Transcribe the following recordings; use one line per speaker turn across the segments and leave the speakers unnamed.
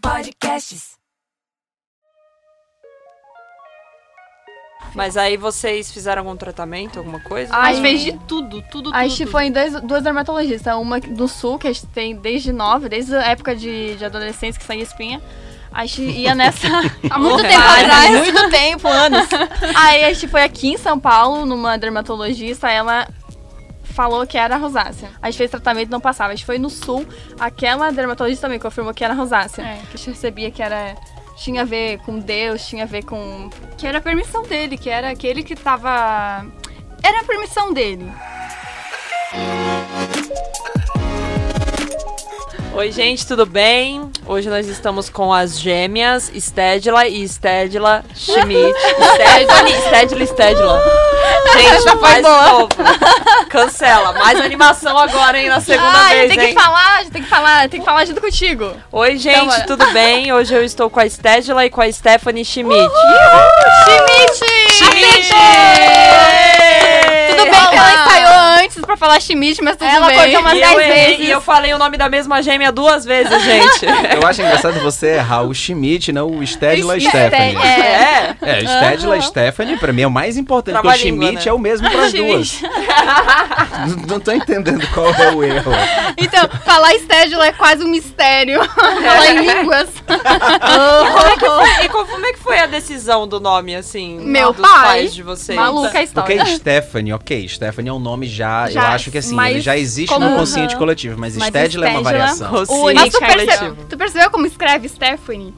podcasts.
Mas aí vocês fizeram algum tratamento, alguma coisa?
Ai,
Mas
Aí-
Mas fez de tudo, tudo, tudo.
A gente
tudo.
foi em dois- duas dermatologistas, uma do sul, que a gente tem desde nove, desde a época de, de adolescência, que sangue espinha. A gente ia nessa.
Há muito tempo
Várias.
atrás.
Muito tempo, anos. Aí a gente foi aqui em São Paulo, numa dermatologista, ela falou que era rosácea. A gente fez tratamento e não passava. A gente foi no sul, aquela dermatologista também confirmou que era rosácea.
É.
Que a gente recebia que era. Tinha a ver com Deus, tinha a ver com.
Que era a permissão dele, que era aquele que tava. Era a permissão dele.
Oi, gente, tudo bem? Hoje nós estamos com as gêmeas Stedla e Stedla Schmidt. Stedla, Stedla, Stedla. Gente,
Essa foi
mais
boa.
novo. Cancela. Mais animação agora, hein? Na segunda
Ai,
vez,
tem que
hein?
falar, tem que falar, tem que falar junto contigo.
Oi, gente,
Então,
tudo bem? Hoje eu estou com a Stedla e com a Stephanie Schmidt.
Oh,
Schmidt!
Schmidt!
Tudo bem que ela
Olá.
ensaiou antes pra falar Schmidt, mas tudo
Ela
bem.
cortou umas
E é eu, errei, e eu falei o nome da mesma gêmea duas vezes, gente.
Eu acho engraçado você errar o Schmidt, não o Stedla
Isso,
Stephanie.
é,
É.
É, Stedla Stephanie, pra mim, é o mais importante, porque o
Trava-língua,
Schmidt
né?
é o mesmo pras duas. não, não tô entendendo qual é o erro.
Então, falar estédula é quase um mistério. falar em línguas.
Oh.
E co- como é que foi a decisão do nome, assim?
Meu
dos
pai,
pais de vocês?
Maluca a história.
Porque Stephanie, ok, Stephanie é um nome já,
Tá Já,
eu acho que assim,
mas
ele já existe
como-
no consciente coletivo, mas,
Mas
Stedla é uma
Stedla-
um
variação.
Consciente
Mas tu, perce-
coletivo.
tu percebeu como escreve Stephanie?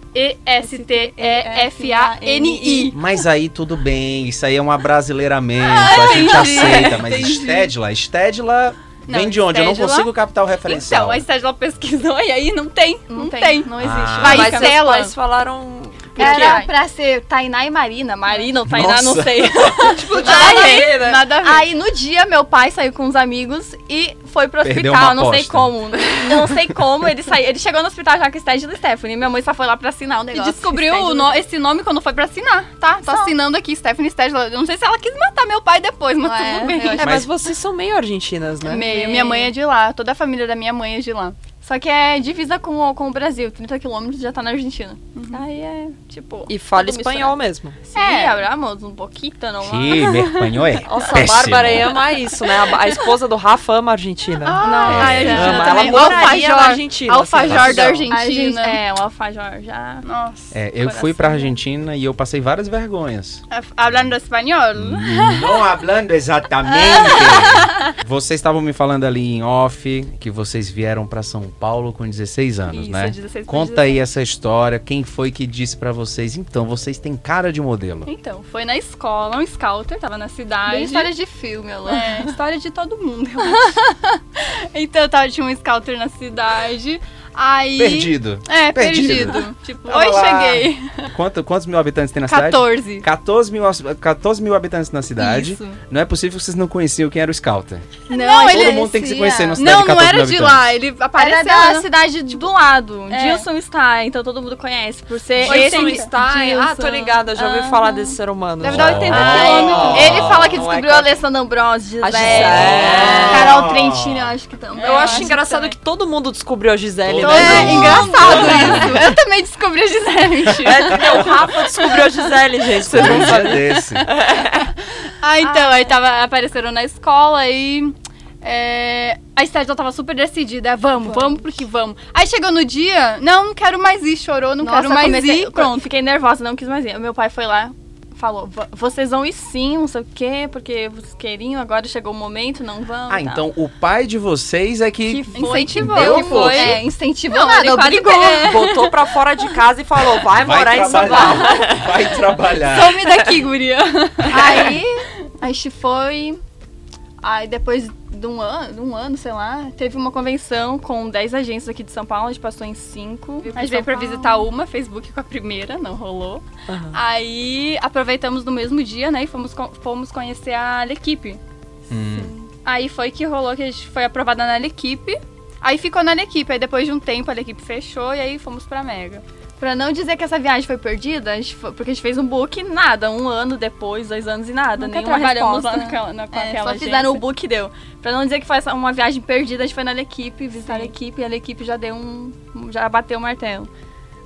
E-S-T-E-F-A-N-I.
Mas aí tudo bem, isso aí é um abrasileiramento, a gente aceita, mas Stedla, Stedla
Não,
vem de onde? Eu não
Stedla-
consigo captar o referencial.
Então, a Estédula pesquisou e aí não tem. Não, tem.
Não
existe.
existe.
Ah.
Vai,
Mas
Isabela.
seus pais falaram... Por
Era
quê?
pra ser Tainá e Marina. Marina ou Tainá, não
Nossa.
sei.
Tipo, de
Ai,
correr, né?
Nada a ver.
Aí no dia meu pai saiu com os amigos e foi pro
Perdeu uma
hospital, não sei
aposta.
como. Eu não sei como ele saiu. Ele chegou no hospital já com Stedla e Stephanie. Minha mãe só foi lá pra assinar o
E
negócio.
descobriu
Stedla-
o no- esse nome quando foi pra assinar, tá? Tô
Só.
assinando aqui, Stephanie Stedler. Eu não sei se ela quis matar meu pai depois, mas
É,
tudo bem.
eu
É,
Mas-
mas vocês são meio argentinas, né?
Meio.
Meio.
Minha mãe é de lá, toda a família da minha mãe é de lá.
Só que é divisa com, o- com o Brasil. 30 quilômetros já tá na Argentina. Aí é tipo.
E fala
tudo
espanhol mesmo.
misturado. É, hablamos um pouquito, não.
Que me espanhol é
Nossa, a
péssimo.
Bárbara ama isso, né? A, a esposa do Rafa ama a
Tá?
Argentina.
É.
Não, a Argentina
Ah, ama. Ela
também.
moraria na
Alfajor.
Argentina.
Alfajor
assim,
da
não.
Argentina.
Argentina. É, o alfajor já.
Nossa.
É, eu fui pra Argentina e eu passei várias vergonhas.
Hablando espanhol?
Hum, Não hablando exatamente. vocês estavam me falando ali em off que vocês vieram pra São Paulo com 16 anos,
Isso,
né?
16 pra
Conta aí essa história, quem foi que disse pra vocês? Então, vocês têm cara de modelo.
Então, foi na escola, um scouter, tava na cidade.
Bem história de filme, Alô.
É, história de todo mundo, eu acho. então, tava, tinha um scouter na cidade. Aí.
Perdido.
É, perdido.
Perdido.
Tipo,
Tava
oi,
lá.
cheguei.
Quanto- quantos mil habitantes tem na cidade?
14.
14 mil, as- 14 mil habitantes na cidade.
Isso.
Não é possível que vocês não conheciam quem era o Scouter.
Não,
Todo mundo tem que se conhecer na cidade
Não,
de
não
14
era
mil
de
habitantes.
lá, ele apareceu.
Era da
né?
cidade do lado, Um
É.
Dilson Stein, então todo mundo conhece, por ser
Esse
esse...
Einstein. Ah, tô ligada, já ouvi
Ah.
falar desse ser humano.
Deve
dar
dar
80
80
quilômetros.
Ele fala que
Não é quatro.
descobriu a Alessandra Ambrose,
A
Gisele,
Gisele.
Carol Trentino, eu É, acho que também.
Eu acho
acho
engraçado
também.
que todo mundo descobriu a Gisele,
Todo
né?
É,
Nossa.
engraçado isso. é. Eu também descobri a Gisele. mentira.
É, entendeu? o Rafa descobriu a Gisele, gente. Vocês
Um
não
dia
sabem.
desse.
Ah, então, aí tava, apareceram na escola e. é, a Estética tava super decidida, vamos, vamos, porque vamos. Aí chegou no dia, não, não quero mais ir, chorou, não
Nossa,
quero mais
comecei,
ir, pronto.
Fiquei nervosa, não quis mais ir. Meu pai foi lá, falou, "Va- vocês vão ir sim, não sei o quê, porque vocês queriam, agora chegou o momento, não vão.
Ah,
e tal."
então o pai de vocês é que.
Que foi,
Incentivou,
deu
que foi.
É, incentivou
Não, ele
nada,
quase
obrigou.
Botou pra fora de casa e falou, vai morar em São Paulo.
trabalhar. Vai trabalhar.
Some daqui, guria.
Aí a gente foi. Aí depois de um ano, de um ano, sei lá, teve uma convenção com 10 agências aqui de São Paulo, a gente passou em 5.
A gente veio pra visitar uma, Facebook com a primeira, não rolou.
Aham.
Aí aproveitamos no mesmo dia, né, e fomos, co- fomos conhecer a L'Equipe.
Hum,
Aí foi que rolou que a gente foi aprovada na L'Equipe. Aí ficou na L'Equipe. Aí depois de um tempo a L'Equipe fechou e aí fomos pra Mega.
Pra não dizer que essa viagem foi perdida, a gente foi- porque a gente fez um book nada, um ano depois, dois anos e nada,
Nunca
nenhuma
trabalhamos lá
resposta.
naquela, na, com
É,
aquela
só fizeram o
agência.
book e deu. Pra não dizer que foi essa- uma viagem um, perdida, a gente foi na L'Equipe, visitar a L'Equipe, e a L'Equipe já deu um... já bateu o martelo.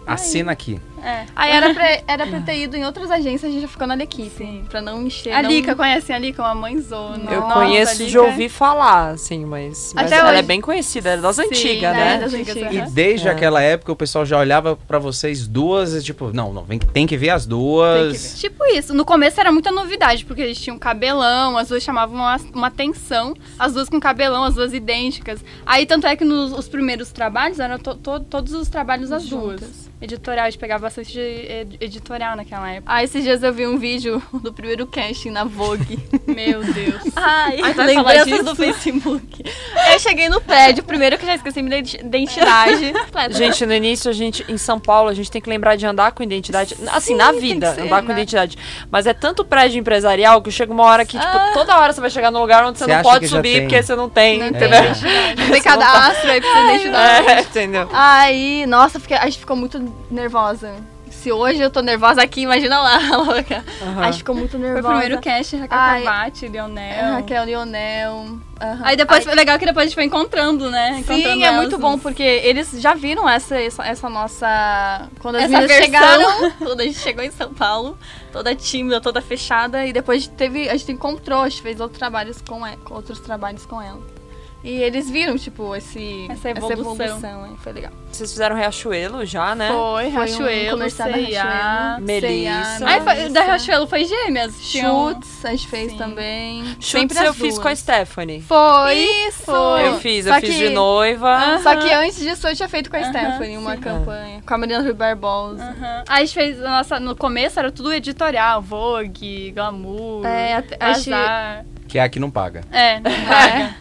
Assina aqui.
É.
Aí era pra, era pra ter ido em outras agências, a gente já ficou na Alequipe. Pra não encher.
A
não-
Lica, conhecem a Lica? Uma mãezona.
Eu
Nossa,
conheço
a
de
Lica-
ouvir falar, assim, mas, mas
Até
ela
hoje.
é bem conhecida, é das
Sim,
antigas,
né?
né?
Das
Antigas,
antigas.
E
Aham.
desde
É.
aquela época o pessoal já olhava pra vocês duas, e tipo, não, não, vem- tem que ver as duas.
Tipo isso. No começo era muita novidade, porque eles tinham cabelão, as duas chamavam uma, uma atenção, as duas com cabelão, as duas idênticas. Aí, tanto é que nos os primeiros trabalhos eram to- to- todos os trabalhos das duas. Editorial, a gente pegava bastante de- ed- editorial naquela época.
Ah, esses dias eu vi um vídeo do primeiro casting na Vogue.
Meu Deus.
Ai,
Ai, tu vai falar
lembranças
disso?
do Facebook. Eu cheguei no prédio, primeiro que eu já esqueci minha identi- identidade. Falei,
Gente, no início, a gente, em São Paulo, a gente tem que lembrar de andar com identidade. Assim, na
tem
vida,
que ser,
andar com
né?
identidade. Mas é tanto prédio empresarial que chega uma hora que, tipo, toda hora você vai chegar num lugar onde você,
Você
não
acha
pode
que já
subir
tem.
porque você não tem,
é.
Não
entendeu?
tem identidade. Não tem cadastro, aí precisa de identidade.
É, entendeu?
Aí, nossa, fiquei- a gente ficou muito nervosa. Se hoje eu tô nervosa aqui, imagina lá, louca.
Aham.
A gente ficou muito
Foi
nervosa.
o primeiro cast, Raquel
Ai. É,
Cavati, Leonel.
Raquel, Lionel. aham.
É um Aí depois foi legal que depois a gente foi encontrando, né? Encontrando
Sim, é
elas
muito bom
nos-
porque eles já viram essa, essa, essa nossa. Quando as
Essa
meninas
versão.
chegaram, quando a gente chegou em São Paulo, toda tímida, toda fechada, e depois teve. A gente encontrou, a gente fez outros trabalhos com, e- com outros trabalhos com ela. E eles viram, tipo, esse,
Essa evolução.
hein? Foi legal.
Vocês fizeram Riachuelo já, né?
Foi,
Foi um
Rachuelo,
comercial da
C&A.
Riachuelo.
Melissa.
Ai, foi, da Rachuelo foi gêmeas. tinham-
Então, né? Chutes, a gente fez
Sim.
também.
Chutes eu fiz com a Stephanie.
Foi. Isso!
Eu fiz,
Só
eu fiz
que- Ah.
de noiva.
Só que antes disso eu tinha feito com a
Aham,
Stephanie uma
sim.
campanha. Com a Marina Rui Barbosa.
Aham. Aí a gente fez a nossa. No começo era tudo editorial, Vogue, Glamour,
É,
é,
até- acho-
Azar.
Que é a que não paga.
É,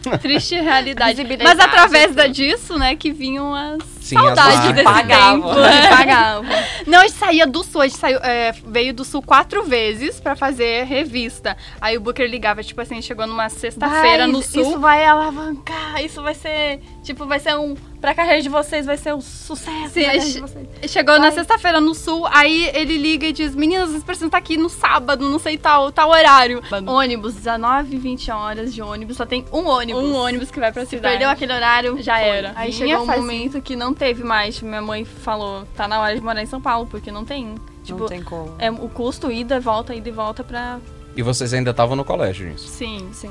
não é. triste realidade.
Visibilidade,
Mas através da, disso, né, que vinham as.
Sim,
Saudade
as
desse
paga.
marcas.
Pagavam.
tempo.
Que pagava.
Não, a gente saía do sul, a gente saiu, é, veio do sul quatro vezes pra fazer revista. Aí o Booker ligava, tipo assim, chegou numa sexta-feira
Vai,
no sul.
Isso vai alavancar, isso vai ser. Tipo, vai ser um. Pra carreira de vocês, vai ser um sucesso.
Sim,
pra
a
carreira de
gente-
vocês.
Chegou na
Vai.
sexta-feira no sul, aí ele liga e diz: Meninas, vocês precisam
tá
estar aqui no sábado, não sei tal, tal horário.
Ônibus, 19, 20 horas de ônibus, só tem um ônibus.
Um ônibus que vai pra
Se
cidade.
perdeu aquele horário,
Já
foi.
era.
Aí
Vinha,
chegou um
fazia.
momento que não teve mais. Minha mãe falou: tá na hora de morar em São Paulo, porque não tem. Tipo,
não tem como.
é o custo ida, volta, ida e volta pra.
E vocês ainda estavam no colégio nisso.
Sim.
Sim.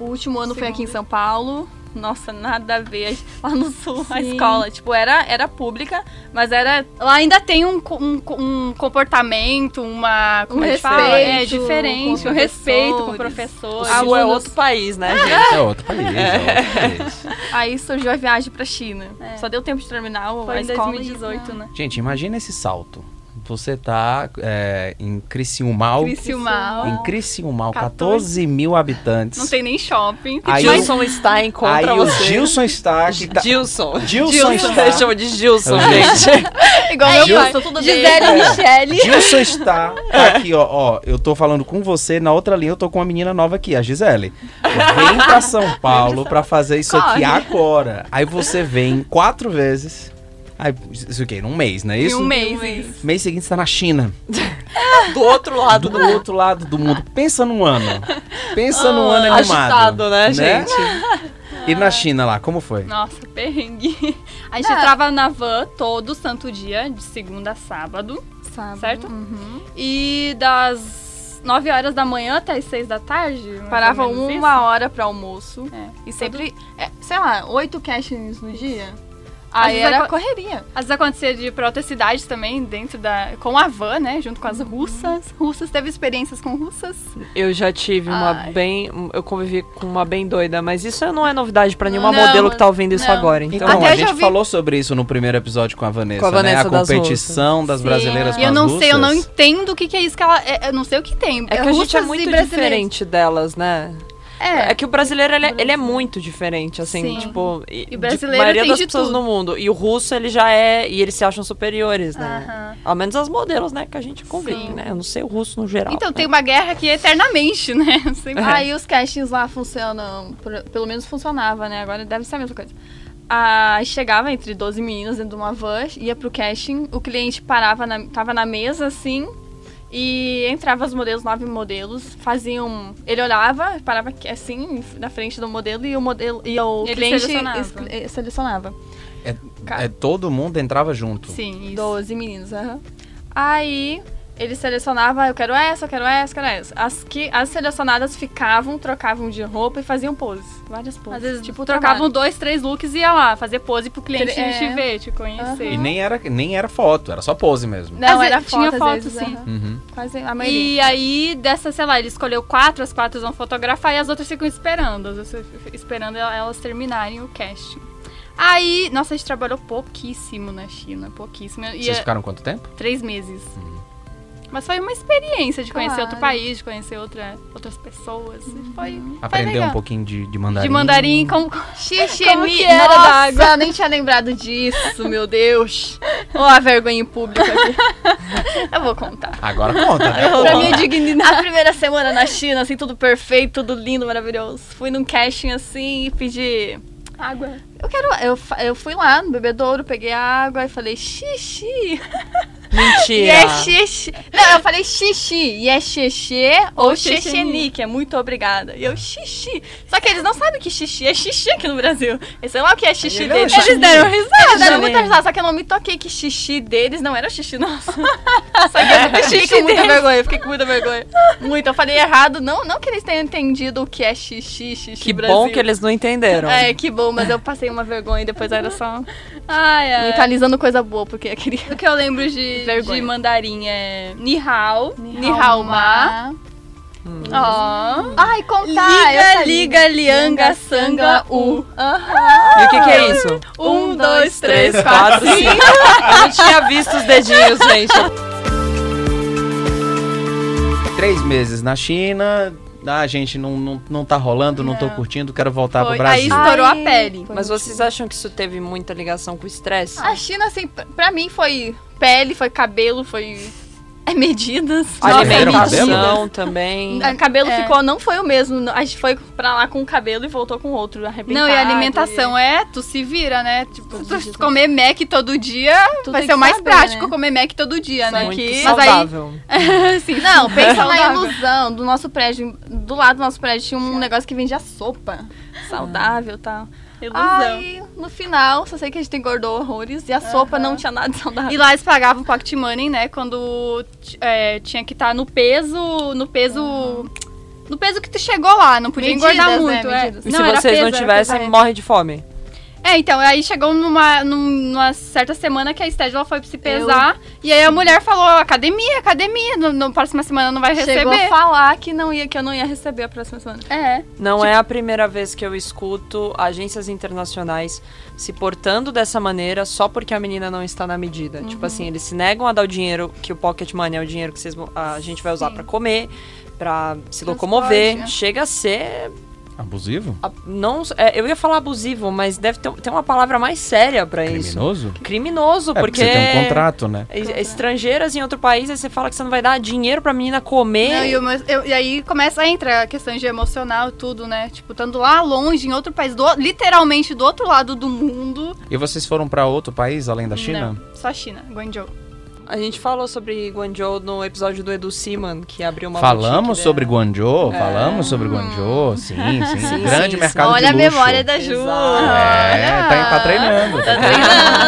O último ano foi aqui em
Segundo.
São Paulo. Nossa, nada a ver. Lá no sul, a
Sim.
escola. Tipo, era, era pública, mas era
Lá ainda tem um, co- um, co- um comportamento, uma. Como
Um
é que fala? É,
respeito
diferente,
com
um respeito com
professores.
O
professores.
Sul é
alunos-
outro país, né, gente?
É outro país, é outro país.
Aí surgiu a viagem pra China.
É.
Só deu tempo de terminar o-
Foi
a
em
escola
2018,
e-
né?
Gente, imagina esse salto. Você tá é, em Criciúmal.
Criciúmal.
Em Criciúmal, 14,
14
mil habitantes.
Não tem nem shopping.
Aí o-
Gilson está em contra
Aí o
você.
Gilson está. Que tá...
Gilson.
Gilson
Ele
está.
chama de Gilson,
É o Gilson.
gente.
Igual
É
meu
isso,
pai.
tudo bem.
Gisele e Michele.
Gilson está.
É.
Tá aqui, ó, ó. Eu tô falando com você. Na outra linha eu tô com uma menina nova aqui, a Gisele. Vem pra São Paulo pra fazer isso aqui
Corre.
agora. Aí você vem quatro vezes. Aí, isso o quê? Num mês, não é
Em
isso?
um mês.
mês.
isso.
Mês seguinte você tá na China.
Do outro lado
do
do mundo.
outro lado do mundo. Pensa num ano. Pensa num
Oh,
Ah,
ano animado.
agitado, né, gente?
E na China lá, como foi?
Nossa, perrengue. Ah. A gente
É.
entrava na van todo santo dia, de segunda a sábado.
Sabe?
Certo?
Uhum.
E das 9 horas da manhã até as 6 da tarde. mais
Parava
ou menos
uma hora pra almoço.
É.
E sempre, é, sei lá, oito castings no dia.
Às
Aí
vezes
era
aco-
correria.
Às vezes acontecia de ir pra outras cidades também, dentro da. com a van, né? Junto com as russas. Russas teve experiências com russas.
Eu já tive uma
Ai.
bem. Eu convivi com uma bem doida, mas isso não é novidade pra nenhuma
Não,
modelo que tá ouvindo isso
não.
agora.
Então,
Então,
Até
a
eu já
gente
vi-
falou sobre isso no primeiro episódio com a Vanessa,
Com a Vanessa
né? A
das
competição das, brasileiras
E
com
eu
as
não sei, eu não
russas.
entendo o que, que é isso que ela. é- eu não sei o que tem.
é que a gente é
russas e
muito
brasileiros.
diferente delas, né?
É. Uhum.
É que o brasileiro, ele, ele é muito diferente, assim,
Sim.
tipo... E,
o brasileiro
de maioria
tem
das
de
pessoas
tudo.
no mundo. E o russo, ele já é... E eles se acham superiores, né?
Aham.
Ao menos as modelos, né? Que a gente convive,
Sim.
né? Eu não sei o russo no geral.
Então
né?
tem uma guerra que é eternamente, né? Sempre.
Aí os castings lá funcionam, por- pelo menos funcionava, né? Agora deve ser a mesma coisa. Ah, chegava entre 12 meninas dentro de uma van, ia pro casting, o cliente parava, na, tava na mesa assim, e entrava os modelos, nove modelos, faziam. Ele olhava, parava aqui, assim, na frente do modelo e o modelo. E o
Ele
cliente
selecionava.
es- eh, selecionava.
Cara.
É, todo mundo entrava junto.
Sim, isso.
12 meninos, aham. Aí ele selecionava, eu quero essa, eu quero essa, eu quero essa. As, que, as selecionadas ficavam, trocavam de roupa e faziam poses. Várias poses.
Às vezes, tipo,
trabalho.
trocavam dois, três looks e ia lá fazer pose pro cliente
Tre- é.
te ver, te conhecer.
E nem era, nem era foto, era só pose mesmo.
Não,
Mas
era
tinha
foto,
foto,
às vezes,
sim.
aham.
Uhum.
Quase a maioria.
E aí, dessa, sei lá, ele escolheu quatro, as quatro vão fotografar e as outras ficam esperando, as outras ficam esperando el- elas terminarem o casting. Aí, nossa, a gente trabalhou pouquíssimo na China, pouquíssimo. E
Vocês
é,
ficaram quanto tempo?
três meses. Mas foi uma experiência de conhecer
Claro.
outro país, de conhecer outra, outras pessoas. E Foi, foi
Aprender
legal.
um pouquinho de, de mandarim.
De mandarim, como,
Como que
era
Nossa,
da água?
nem tinha lembrado disso, meu Deus. Ó, a vergonha em público aqui. Eu vou contar.
Agora conta, né?
Pra
Pô,
minha
é
dignidade. A primeira semana na China, assim, tudo perfeito, tudo lindo, maravilhoso. Fui num casting, assim, e pedi...
água.
Eu quero... Eu, fa- eu fui lá no bebedouro, peguei água e falei xixi. E
Mentira.
é xixi. Não, eu falei xixi. E é xixi ou xixeni, que é muito obrigada. E eu xixi. Só que eles não sabem que xixi é xixi aqui no Brasil. Eles sei lá o que é xixi
Ele é
deles.
xixi.
Eles deram risada. Eles deram
né?
muita risada, só que eu não me toquei que xixi deles não era o xixi nosso. Só que eu fiquei com muita vergonha, eu fiquei com muita vergonha. Muito, eu falei errado. Não, não que eles tenham entendido o que é xixi, xixi
Que
Brasil.
bom que eles não entenderam.
É, que bom, mas eu passei uma vergonha e depois era só
Ai,
É.
ai.
mentalizando coisa boa, porque eu queria...
O que eu lembro de,
Vergonha.
de mandarim é Nihao,
hao
Nihao Ma. Ó.
Ai,
Liga, liga, lianga, sanga, u.
E o que, que é isso?
Um, dois, três,
Três,
quatro,
quatro, cinco. Eu não tinha visto os dedinhos, gente.
Três meses na China. Ah, gente, não, não, não tá rolando, não, tô curtindo, quero voltar pro
Foi. Aí
Brasil.
estourou
Ai.
a pele.
Mas vocês acham que isso teve muita ligação com o estresse?
Ah,
A China, assim, pra- pra mim foi pele, foi cabelo, foi. É medidas.
Olha,
Nossa,
é
primeiro
tá
medidas.
cabelo?
Alimentação também.
A- cabelo
É.
ficou, não foi o mesmo. A gente foi pra lá com um cabelo e voltou com outro. Arrebentado.
Não, e a alimentação é, tu se vira, né? Tipo,
Todos
tu
os dias.
comer Mac todo dia
Tu
vai
tem
ser
que
o mais
saber,
prático
né?
comer Mac todo dia, né?
Muito
Que- mas aí,
saudável.
assim,
Não, pensa na
Saudável.
ilusão do nosso prédio. Do lado do nosso prédio tinha um negócio que vendia sopa.
Ah.
Saudável tá? e tal.
ilusão.
Ai, no final, só sei que a gente engordou horrores e a sopa não tinha nada de saudável.
E lá eles pagavam pocket money, né? Quando t- é, tinha que estar no peso, no peso... No peso que tu chegou lá, não podia
Medidas,
engordar
né?
muito. é.
Medidas.
E
era
se vocês
peso,
não
era
tivessem,
peso.
morre de fome.
É, então, aí chegou numa, num- numa certa semana que a Estédia ela foi se pesar. E aí a mulher falou: academia, academia, no, no- próxima semana não vai
Chegou a
receber.
falar que, não ia, que eu não ia receber a próxima semana.
É.
Não é a primeira vez que eu escuto agências internacionais se portando dessa maneira só porque a menina não está na medida. Tipo
Uhum.
assim, eles se negam a dar o dinheiro, que o pocket money é o dinheiro que vocês vão- a gente vai usar pra comer, pra se locomover.
é.
Chega a ser.
Abusivo?
a- Não, é, eu ia falar abusivo, mas deve ter, ter uma palavra mais séria pra É isso.
Criminoso?
Criminoso,
É
porque.
porque
é
você tem um contrato, né?
es- Estrangeiras em outro país, aí você fala que você não vai dar dinheiro pra menina comer.
Não, e, o meu- eu- e aí começa a entrar a questão de emocional, tudo, né? Tipo, estando lá longe, em outro país, do- literalmente do outro lado do mundo.
E vocês foram pra outro país além da China?
Não, só China, Guangzhou.
A gente falou sobre Guangzhou no episódio do Edu Siman, que abriu uma
Falamos
boutique né?
sobre
dela.
Guangzhou, falamos sobre Guangzhou, sim, sim.
Sim,
Grande
sim,
mercado
Olha
de
a
luxo.
memória É da Ju.
Exato.
É, tá, tá treinando. Tá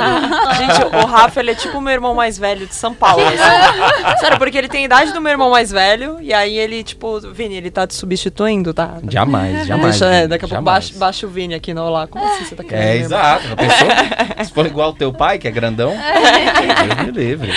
Gente, o Rafa, ele é tipo o meu irmão mais velho de São Paulo. assim. Sério, porque ele tem a idade do meu irmão mais velho, e aí ele, tipo, Vini, ele tá te substituindo, tá?
Jamais, jamais.
Deixa, é, daqui a pouco
jamais.
baixa, baixa o Vini aqui no Olá. Como assim você tá querendo?
É,
me-
exato. Já pensou? Se for igual o teu pai, que é grandão, Deus me livre.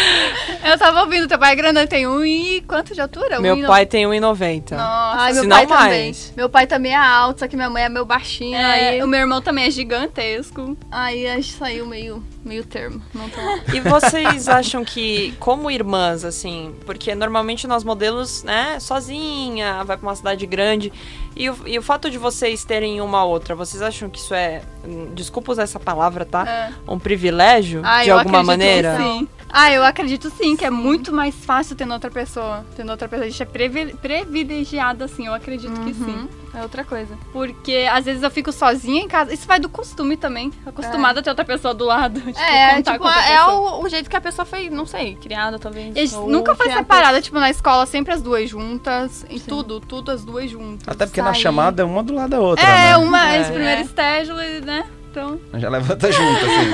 Eu tava ouvindo, teu pai é grandão, tem um e quanto de altura? Um e
Meu
no-
pai tem 1,90.
Nossa,
Ai, meu
Se
pai
não mais.
também. Meu pai também é alto, só que minha mãe é meu baixinho.
É,
Aí,
o meu irmão também é gigantesco.
aí a gente saiu meio, meio termo. Não tô...
E vocês acham que, como irmãs, assim, porque normalmente nós modelos, né, sozinha, vai pra uma cidade grande, e o, e o fato de vocês terem uma a outra, vocês acham que isso é, hum, desculpa usar essa palavra, tá? Um privilégio,
É. Ah,
de
eu
alguma
acredito
maneira?
que Sim. Ah, eu acredito sim, que é muito mais fácil tendo outra pessoa. Tendo outra pessoa. A gente é privi- privilegiada, assim, eu acredito que
Uhum.
sim.
É outra coisa.
Porque às vezes eu fico sozinha em casa. Isso vai do costume também. Acostumada a ter outra pessoa do lado. Tipo,
é,
contar
tipo,
com outra
é
pessoa.
o, o jeito que a pessoa foi, não sei, criada talvez.
Eles
ou é
nunca foi
criada.
separada, tipo, na escola, sempre as duas juntas. Em tudo, tudo as duas juntas.
Até porque na
Sair.
chamada é uma do lado da outra,
É,
né?
uma,
É.
eles primeiro estágio, né? Então,
Nós Já levanta junto, assim.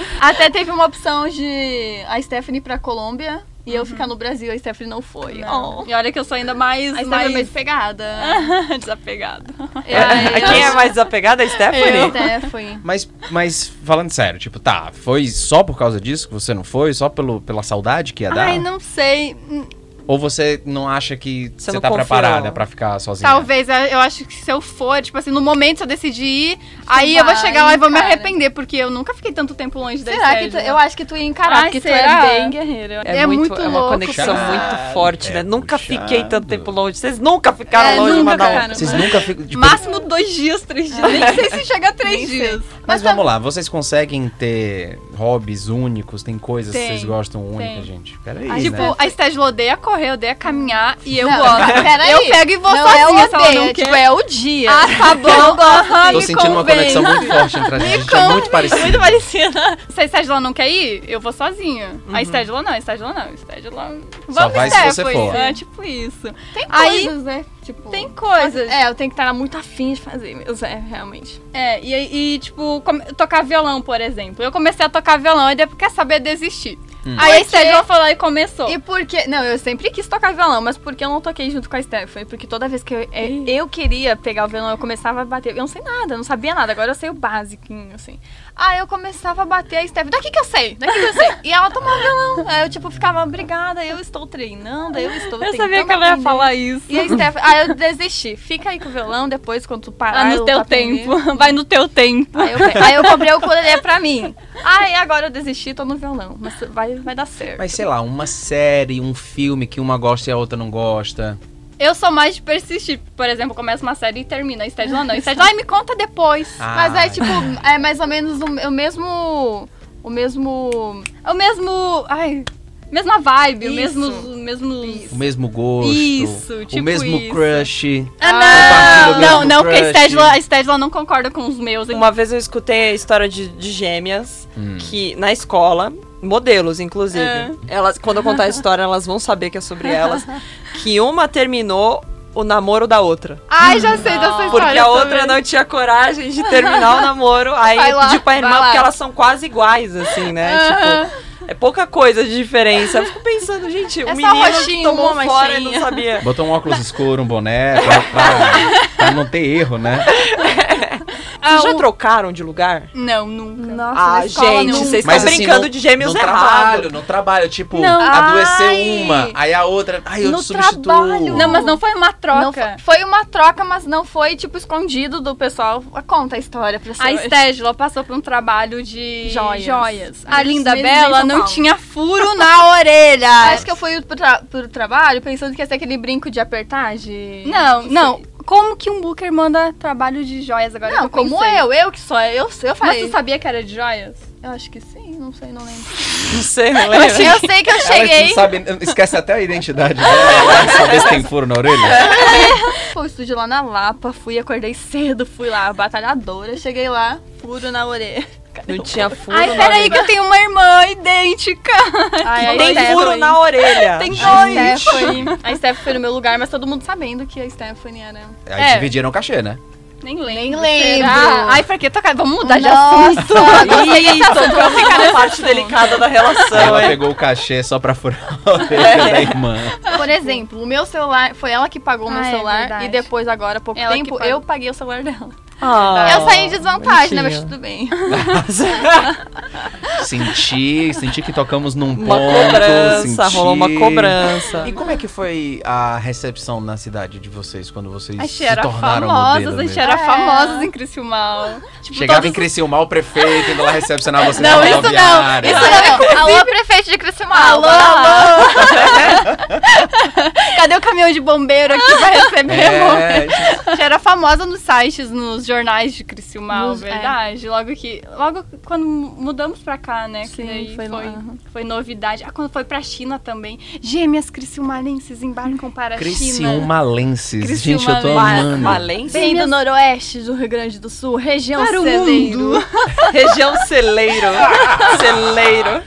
Até teve uma opção de a Stephanie pra Colômbia e eu ficar no Brasil. A Stephanie Uhum. não foi. Oh.
e olha que eu sou ainda mais,
A Stephanie é
mais
meio despegada.
desapegada.
E aí,
A Quem é mais desapegada é a Stephanie?
eu- Stephanie.
mas, mas falando sério, tipo, tá, foi só por causa disso que você não foi? Só pelo, pela saudade que ia dar?
Ai, não sei. Hum,
Ou você não acha que
Você
você,
não
tá
confiou.
preparada pra ficar sozinha?
Tá
Talvez,
é.
eu eu acho que se eu for, tipo assim, no momento se eu decidir ir, aí eu vou
vai,
chegar lá e vou me
cara.
arrepender, porque eu nunca fiquei tanto tempo longe da
Será que tu,
Estégia.
eu acho né? que tu ia encarar,
Ai,
porque
será?
tu é bem guerreira.
É muito
é uma
louco,
conexão
cara.
muito forte, né?
É
Nunca
puxado.
fiquei tanto tempo longe. Vocês nunca ficaram
É,
longe
nunca,
uma da outra.
cara.
Vocês nunca ficam. Tipo,
Máximo dois dias, três dias.
É.
Nem sei se chega a três dias.
Mas vamos lá, vocês conseguem ter hobbies únicos? Tem coisas
Tem,
que vocês gostam
tem.
únicas, gente? Peraí,
Ah,
né?
Tipo, a Estégia odeia correr, odeia caminhar e eu
Não,
gosto.
peraí.
Eu pego e vou
não
sozinha,
é o
se ela não
odeia,
quer.
tipo, é o dia.
Ah, tá bom. Aham,
Tô
me
sentindo uma
convém.
conexão muito forte entre a gente. a gente é muito parecido.
Muito parecida.
Se a Estégia não quer ir, eu vou sozinha. A Estégia não, a Estégia não. A Estégia vamos
Uhum. Só vai se você
Stephanie.
for.
É tipo isso.
Tem
Aí-
coisas, né? Tipo,
Tem coisas.
É, eu tenho que estar muito afim de fazer mesmo, é, realmente.
É, e, e, tipo, come- tocar violão, por exemplo. Eu comecei a tocar violão e depois quer saber desistir.
Hum.
Aí
Por
a
quê?
Estégia falou e começou.
E por que... Não, eu sempre quis tocar violão, mas por que eu não toquei junto com a Stephanie? Porque toda vez que eu, é, eu queria pegar o violão, eu começava a bater. Eu não sei nada, eu não sabia nada. Agora eu sei o basiquinho, assim. Aí eu começava a bater a Stephanie. Daqui que eu sei, daqui que eu sei. E ela tomava violão. Aí eu, tipo, ficava, obrigada, eu estou treinando, eu estou
eu sabia
tentando
que ela ia
aprender."
falar isso.
E a Stephanie... Aí Ah, eu desisti. Fica aí com o violão, depois, quando tu parar,
Ah,
eu
no teu
aprender.
tempo. Vai no teu tempo.
Aí eu, pe- aí eu comprei o ukulele é pra mim. Aí agora eu desisti, tô no violão. Mas vai, vai dar certo.
Mas sei lá, uma série, um filme que uma gosta e a outra não gosta.
Eu sou mais de persistir. Por exemplo, começa uma série e termina. A Estégia não. A Estégia, ai, me conta depois.
Ah.
Mas é
Ai.
tipo, é mais ou menos o, o mesmo. O mesmo.
É o mesmo. Ai. Mesma vibe, o
Isso.
mesmo. o mesmo
O mesmo gosto.
Isso, tipo
O mesmo
isso.
crush.
Ah,
Compartilha o
não! Não,
mesmo
não, porque a
crush.
Estégia, a Estégia não concorda com os meus.
Uma vez eu escutei a história de, de gêmeas
Hum.
que na escola, modelos inclusive,
É.
elas quando eu contar a história elas vão saber que é sobre elas, que uma terminou o namoro da outra.
Ai, já sei
Ah, então
dessa história.
Porque a outra
também.
não tinha coragem de terminar o namoro, aí
né? Vai lá,
pediu pra
vai
irmã,
lá.
porque elas são quase iguais, assim, né? Tipo, é pouca coisa de diferença. Eu fico pensando, gente, o
É só
menino
roxinho,
tomou
uma
fora e não
manchinha.
sabia.
Botou um óculos escuro, um boné, pra, pra- pra não ter erro, né?
Ah,
um
Vocês já
o-
trocaram de lugar?
Não, nunca.
Nossa,
ah,
na escola
gente,
nunca.
tá
vocês estão brincando
no-
de gêmeos
no
errado.
assim, trabalho, no trabalho, tipo,
Não.
adoeceu
Ai.
uma, aí a outra, ai, eu
No
substituo.
trabalho.
Não, mas não foi uma
Não
troca.
fo- foi uma troca, mas não foi, tipo, escondido do pessoal. Ah, Conta a história pra você.
A Estégia passou por um trabalho de
Joias.
A
Eles
Linda
mesmos em
Bela
São
não
Paulo.
tinha furo na orelha.
Acho que eu fui pro, tra- pro trabalho pensando que ia ser aquele brinco de apertar, de...
Não, não. Como que um booker manda trabalho de joias agora?
Não,
que eu
como
pensei?
eu, eu que sou, eu, eu
Mas
falei.
você sabia que era de joias?
Eu acho que sim, não sei, não lembro.
Não sei, não
Eu
lembro.
sei que eu
Elas
cheguei,
não sabem, esquece até a identidade dela, pra saber se tem furo na orelha.
Foi o estúdio lá na Lapa, fui, acordei cedo, fui lá, batalhadora, cheguei lá, furo na orelha.
Não tinha furo
Ai,
na
peraí,
orelha.
que eu tenho uma irmã idêntica.
Ai,
Tem furo na orelha.
é Tem
Ai, é,
dois! Stephanie. A Stephanie foi no meu lugar, mas todo mundo sabendo que a Stephanie era.
Aí
É.
dividiram o cachê, né?
Nem lembro.
lembro.
será? Ai, pra que tocar? Vamos mudar de assunto. então,
Nossa! é
Ih, tocou Então, ficar na parte delicada da relação,
ela
hein?
pegou o cachê só pra furar a orelha
É.
da irmã.
Por exemplo, o meu celular, foi ela que pagou o meu
Ah, é
celular
verdade.
e depois, agora há pouco
Ela que
tempo,
pagou.
eu paguei o celular dela.
Ah,
eu saí em desvantagem, né? Mas
bonitinho.
tudo bem.
Senti, senti que tocamos num
Uma
ponto.
cobrança,
senti.
rolou uma cobrança.
E como é que foi a recepção na cidade de vocês quando vocês
A
se
gente era
tornaram
famosas,
modelo
a
mesmo?
gente era
É.
famosas em Criciúmal. Tipo,
Chegava em
todos-
Criciúma o prefeito, indo lá recepcionar vocês
Não,
na
isso não,
rodoviária.
isso
Alô, prefeito de Criciúma.
Alô,
bora lá.
alô! Cadê o caminhão de bombeiro aqui pra receber? amor?
É,
A gente era famosa nos sites, nos jornais de Criciúmal,
Nos- é.
verdade. Logo que. Logo quando mudamos pra cá, né? que
Sim,
daí
foi
foi,
lá, aham.
foi novidade. Ah, quando foi pra China também. Gêmeas criciumalenses embarcam para a China.
Criciúmalenses.
Criciúma
Gente, eu tô
Lenses.
amando.
Valência,
Vem do
minhas-
Noroeste, do Rio Grande do Sul, região
Para o
é
celeiro.
mundo.
região celeiro. celeiro.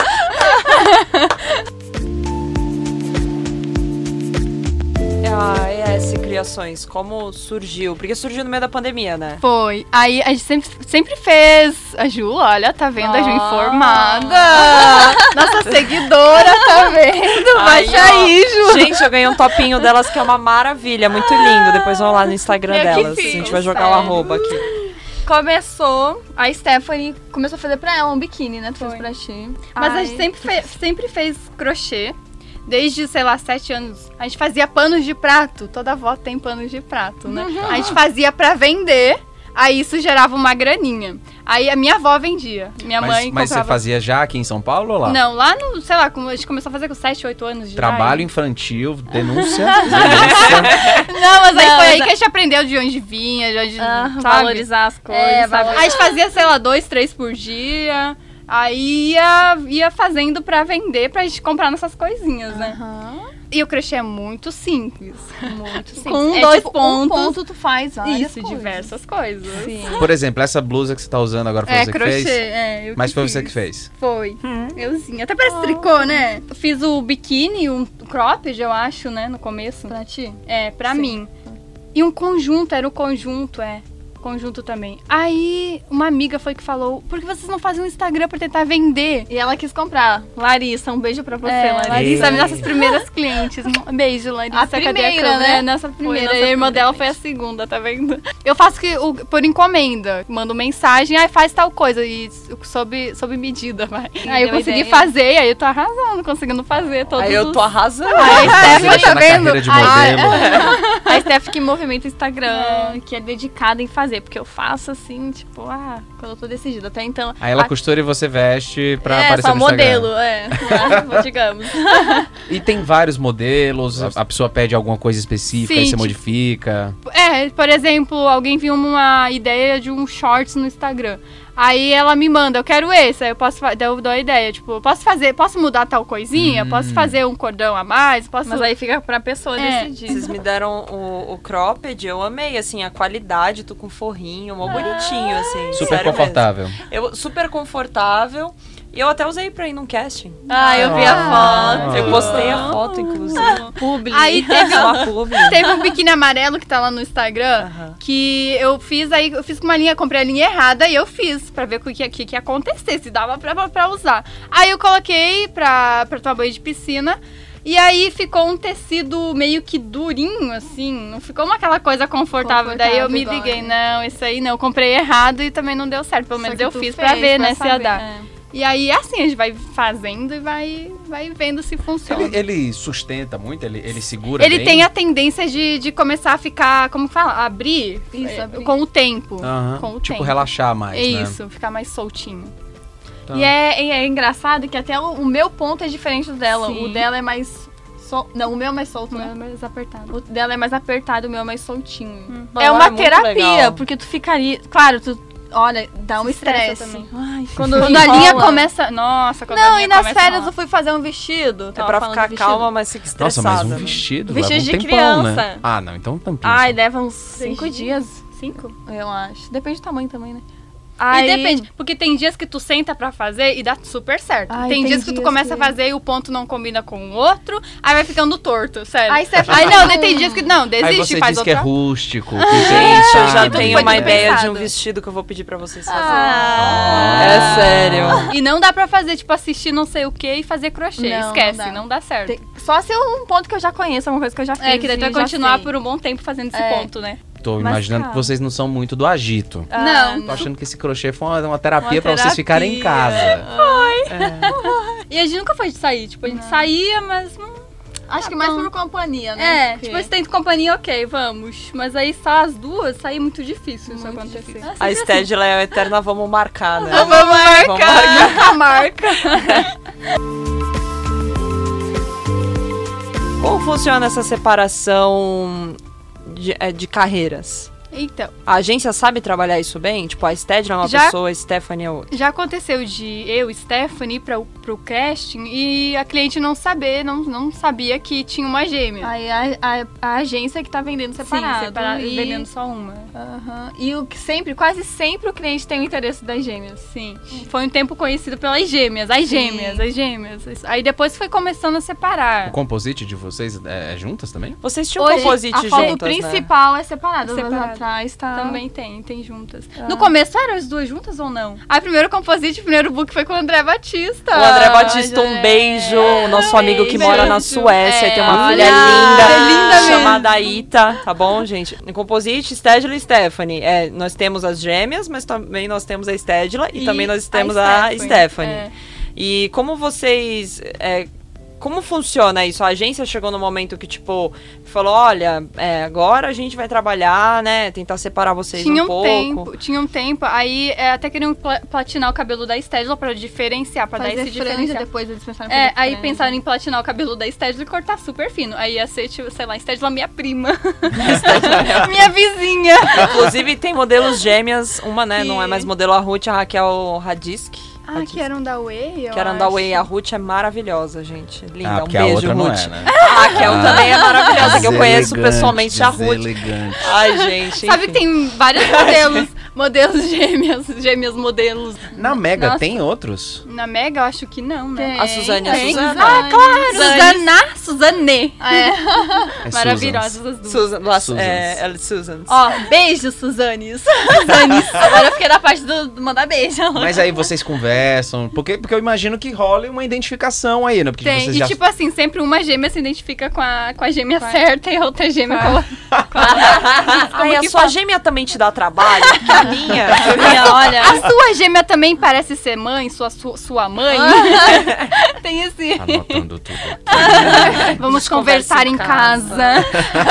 Ah, é esse criações? Como surgiu? Porque surgiu no meio da pandemia, né?
Foi. Aí a gente sempre, sempre fez. A Ju, olha, tá vendo? A Ju
Ah.
informada.
Ah!
Nossa seguidora, tá vendo?
Aí,
Baixa aí, Ju.
Gente, eu ganhei um topinho delas que é uma maravilha, muito lindo. Depois vão lá no Instagram
Eu que
delas. A
fiz,
gente vai jogar o
sério.
arroba aqui.
Começou, a Stephanie começou a fazer pra ela um biquíni, né? Tu fez
Foi.
pra ti.
Mas a
Ai.
gente sempre, fe- sempre fez crochê. Desde, sei lá, sete anos. A gente fazia panos de prato. Toda avó tem panos de prato, né?
Uhum.
A gente fazia pra vender. Aí isso gerava uma graninha. Aí a minha avó vendia. Minha
Mas,
mãe
mas você
comprava.
fazia já aqui em São Paulo ou lá?
Não, lá no, sei lá, como a gente começou a fazer com 7, 8 anos de
Trabalho
idade.
infantil, denúncia, denúncia.
Não, mas aí
Não,
foi aí
mas-
que a gente aprendeu de onde vinha, de onde,
Ah,
sabe?
valorizar as coisas,
É,
sabe?
A gente fazia, sei lá, dois, três por dia. Aí ia, ia fazendo pra vender, pra gente comprar nossas coisinhas, né?
Aham.
E o crochê é muito simples.
Muito simples.
Com
É
dois
tipo, Um
pontos.
ponto tu faz várias
Isso,
coisas.
diversas coisas.
Sim.
Por exemplo, essa blusa que você tá usando agora foi
É,
você
crochê.
que fez?
É, eu
Mas
que
foi
fiz.
você que fez.
Foi.
Hum.
Euzinha. Até parece tricô, né? Eu Fiz o biquíni, um cropped, eu acho, né? No começo.
Pra ti?
É, pra
Sim.
mim. E um conjunto, era o conjunto, é. Conjunto também. Aí, uma amiga foi que falou: por que vocês não fazem um Instagram pra tentar vender?
E ela quis comprar. Larissa, um beijo pra você,
É,
Larissa.
Larissa,
Ei.
nossas primeiras clientes. Um Beijo, Larissa.
A
cadê
primeira,
câmera?
né?
É, Nossa primeira.
nossa
e a irmã
primeira
dela foi a segunda, tá vendo? Eu faço que, o- por encomenda. Mando mensagem, aí faz tal coisa. E sob, sob medida, vai. aí eu
deu
consegui
ideia.
fazer, e aí eu tô arrasando, conseguindo fazer todos
Aí eu
os-
tô arrasando.
Aí,
Tá
Steph,
mexendo
tá
na
vendo? Ah, é.
carreira de
Aí-
modelo.
A Steph que movimenta o Instagram, que é dedicada em fazer. Porque eu faço assim, tipo, ah, quando eu tô decidida. Até então.
Aí ela
a-
costura e você veste pra
é,
aparecer
só
um
no
modelo,
Instagram.
é. lá, digamos.
E tem vários modelos, a, a pessoa pede alguma coisa específica,
Sim,
aí você
tipo-
modifica.
É, por exemplo, alguém viu uma ideia de um shorts no Instagram. Aí ela me manda, eu quero esse. Aí eu posso fa- daí eu dou a ideia, tipo, eu posso fazer, posso mudar tal coisinha,
Hum.
posso fazer um cordão a mais, posso.
Mas aí fica pra pessoa
É.
decidir.
Vocês me deram o, o cropped, eu amei, assim, a qualidade, tô com um forrinho, mó bonitinho, assim.
Super
sério
confortável.
mesmo. Eu, super confortável. E eu até usei pra ir num casting.
Ah, eu vi
Ah.
a foto.
Eu postei a foto, inclusive.
Publi.
Aí teve
Uma publi.
Teve um biquíni amarelo que tá lá no Instagram.
Aham.
Que eu fiz aí, eu fiz com uma linha, comprei a linha errada e eu fiz pra ver o que, que, que ia acontecer, se dava pra, pra- pra usar. Aí eu coloquei pra, pra tomar banho de piscina. E aí ficou um tecido meio que durinho, assim. Não ficou uma aquela coisa confortável. Daí eu me
Confortável,
liguei,
igual, né?
não, isso aí não, eu comprei errado e também não deu certo. Pelo
Só
menos
que
eu
tu
fiz
fez
pra ver, né, se ia
saber,
dar.
é.
E aí é assim, a gente vai fazendo e vai, vai vendo se funciona.
Ele, ele sustenta muito, ele, ele segura
Ele
bem.
tem a tendência de, de começar a ficar, como que fala? Abrir,
Isso,
eh,
abrir.
com o tempo.
Aham,
Com o
Tipo,
tempo.
relaxar mais,
é
né?
isso, ficar mais soltinho.
Tá.
E é, e é engraçado que até o, o meu ponto é diferente do dela.
Sim.
O dela é mais. sol- Não, o meu é mais solto,
Não é
né?
mais apertado.
O dela é mais apertado, o meu é mais soltinho.
Não,
é uma
muito
terapia,
legal.
porque tu ficaria. Claro, tu. Olha, dá um
estressa
estresse.
também.
Ai,
Quando a linha
enrola.
começa. Nossa, quando a
Não,
linha
e nas
começa,
férias eu
nossa.
fui fazer um vestido.
É
tava
pra
falando
ficar
do vestido.
calma, mas fica
Nossa,
estressada.
mas um
né?
vestido
Vestido
leva um
de
tempão, né?
criança.
Ah, não, então um tempinho.
Ai, leva uns cinco
Três
dias,
Cinco?
eu acho. Depende do tamanho também, né?
E depende, porque tem dias que tu senta pra fazer e dá super certo.
Ai,
tem,
tem
dias que tu
dias
começa
que-
a fazer e o ponto não combina com o outro, aí vai ficando torto, sério.
Aí você um.
Aí não, daí tem dias que. Não, desiste,
Aí você
faz
diz que
outra.
é rústico,
Gente,
que
Ah,
tem,
Ah, eu já
sabe?
tenho
foi
uma ideia de
dispensado.
um vestido que eu vou pedir pra vocês fazerem.
Ah.
É sério.
E não dá pra fazer, tipo, assistir não sei o que e fazer crochê.
Não, não
Esquece,
dá.
não dá, certo.
Tem- Só se é um ponto que eu já conheço, alguma coisa que eu já fiz.
É, que daí tu
e
vai
já
continuar
sei.
por um bom tempo fazendo esse
É.
ponto, né?
Tô
Mas
imaginando
tá.
que vocês não são muito do agito.
Ah,
Não.
Tô achando que esse crochê foi uma, uma terapia
Uma
pra vocês ficarem em casa.
E a gente nunca foi de sair, tipo, a gente saía, mas. hum,
Acho que
Ah,
mais
bom.
por companhia, né?
é,
Porque-
tipo, se tem companhia, ok, vamos. Mas aí só as duas, sair é muito difícil isso
Muito
acontecer.
difícil.
A Stedla é a eterna, vamos marcar, né?
marcar!
Vamos marcar.
Nunca marca!
Como funciona essa separação de, é, de carreiras?
Então,
A agência sabe trabalhar isso bem? Tipo, a Stedna é uma
Já-
pessoa, a Stephanie é outra.
já aconteceu de eu, Stephanie, ir pra, o- pro casting e a cliente não saber, não, não sabia que tinha uma gêmea.
Aí a, a- a agência que tá vendendo separado.
Sim, separado,
e...
vendendo só uma.
Aham. E o que sempre, quase sempre o cliente tem o interesse das gêmeas.
Sim. Foi um tempo conhecido pelas gêmeas, as gêmeas, as gêmeas. Isso. Aí depois foi começando a
O
separar.
composite de vocês é, é juntas também?
Vocês tinham
Hoje,
um composite
a foto
juntas, né?
principal é separada,
É
mas
separada.
atrás tá...
Também tem, tem juntas. No começo eram as duas juntas ou não? Ah. Aí primeiro composite, primeiro book foi com o André Batista. É. Um
O André Batista, um beijo, o nosso amigo que
Beijo.
mora na Suécia, e tem uma
É,
filha
olha,
linda,
é linda mesmo.
chamada Ita, tá bom, gente? No Composite, Stedla e Stephanie. É, nós temos as gêmeas, mas também nós temos a Stedla e,
E
também nós
a
temos a Stephanie.
Stephanie, é.
E como vocês... é, como funciona isso? A agência chegou no momento que, tipo, falou, olha, é, agora a gente vai trabalhar, né? Tentar separar vocês
Tinha
um
um,
pouco.
tempo, tinha um tempo. Aí é, até queriam pla- platinar o cabelo da Stedla pra diferenciar, pra dar
Fazer
esse
franja,
diferencial.
depois eles pensaram em
É,
fazer
aí
franja.
pensaram em platinar o cabelo da Stedla e cortar super fino. Aí ia ser, tipo, sei lá, Stedla minha prima. minha vizinha.
Inclusive, tem modelos gêmeas, uma, né? Não é
Sim. Ah,
mais modelo a Ruth, a Raquel Radisk. Radisk.
eram um da Way,
Que era da Way. A Ruth é maravilhosa, gente. Linda.
ah,
um
porque
beijo,
a outra
Ruth.
não é, né?
A Raquel também é maravilhosa, que eu conheso
Deselegante,
pessoalmente a Ruth.
deselegante.
Ai, gente.
Sabe
enfim.
que tem vários modelos. modelos gêmeas, gêmeas modelos.
Na Mega
Nossa.
tem outros?
Na Mega, eu acho que não, né?
Tem,
A Suzane, a
tem.
Suzana.
Ah, claro!
Suzana, Suzane.
É.
É Susans.
Maravilhosas as duas.
Susan, lá-
Susans.
é, ela- Susans.
Ó, beijo, Suzanes. Suzanes. Agora eu fiquei na parte do, do mandar beijo.
Mas aí vocês conversam, porque, porque eu imagino que role uma identificação aí, né? Porque
Tem,
vocês
e
já...
tipo assim, sempre uma gêmea se identifica com a, com a gêmea certa e a outra gêmea com a...
Ai, a
que
sua gêmea também te dá trabalho? Porque a minha.
Minha, olha. A sua gêmea também parece ser mãe, sua, su- sua mãe. Tem esse.
Ah, Anotando tudo.
Vamos
gente conversa
conversar
em
em casa.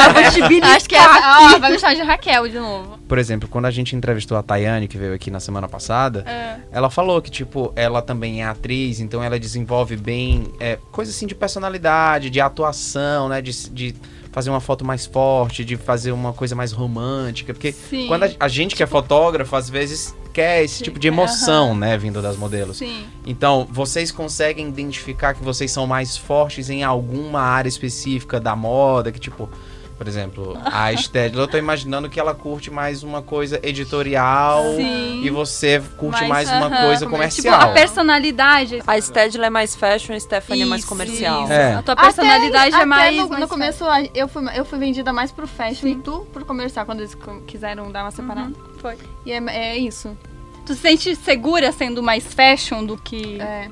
Eu vou te beliscar.
Acho que é. Ó, vai me chamar de Raquel de novo.
Por exemplo, quando a gente entrevistou a Tayane, que veio aqui na semana passada, ela falou que, tipo, ela também é atriz, então ela desenvolve bem é, coisa assim de personalidade, de atuação, né? De, de fazer uma foto mais forte, de fazer uma coisa mais romântica. Porque
Sim.
quando a, a gente que é fotógrafo, às vezes quer esse tipo de emoção, né? Vindo das modelos.
Sim.
Então, vocês conseguem identificar que vocês são mais fortes em alguma área específica da moda, que tipo, por exemplo, a Stedler, eu tô imaginando que ela curte mais uma coisa editorial
Sim.
e você curte mais,
Mas,
uma
aham,
coisa
Tipo, a
comercial.
personalidade.
A Stedla é mais fashion, a Stephanie é mais
Isso,
comercial.
isso.
É.
A tua personalidade
até
é mais.
No,
mais
no começo a- eu fui, eu fui vendida mais pro fashion e tu pro comercial, quando eles co- quiseram dar uma separada.
Uhum. foi.
E é, é isso.
Tu se sente segura sendo mais fashion do que.
É.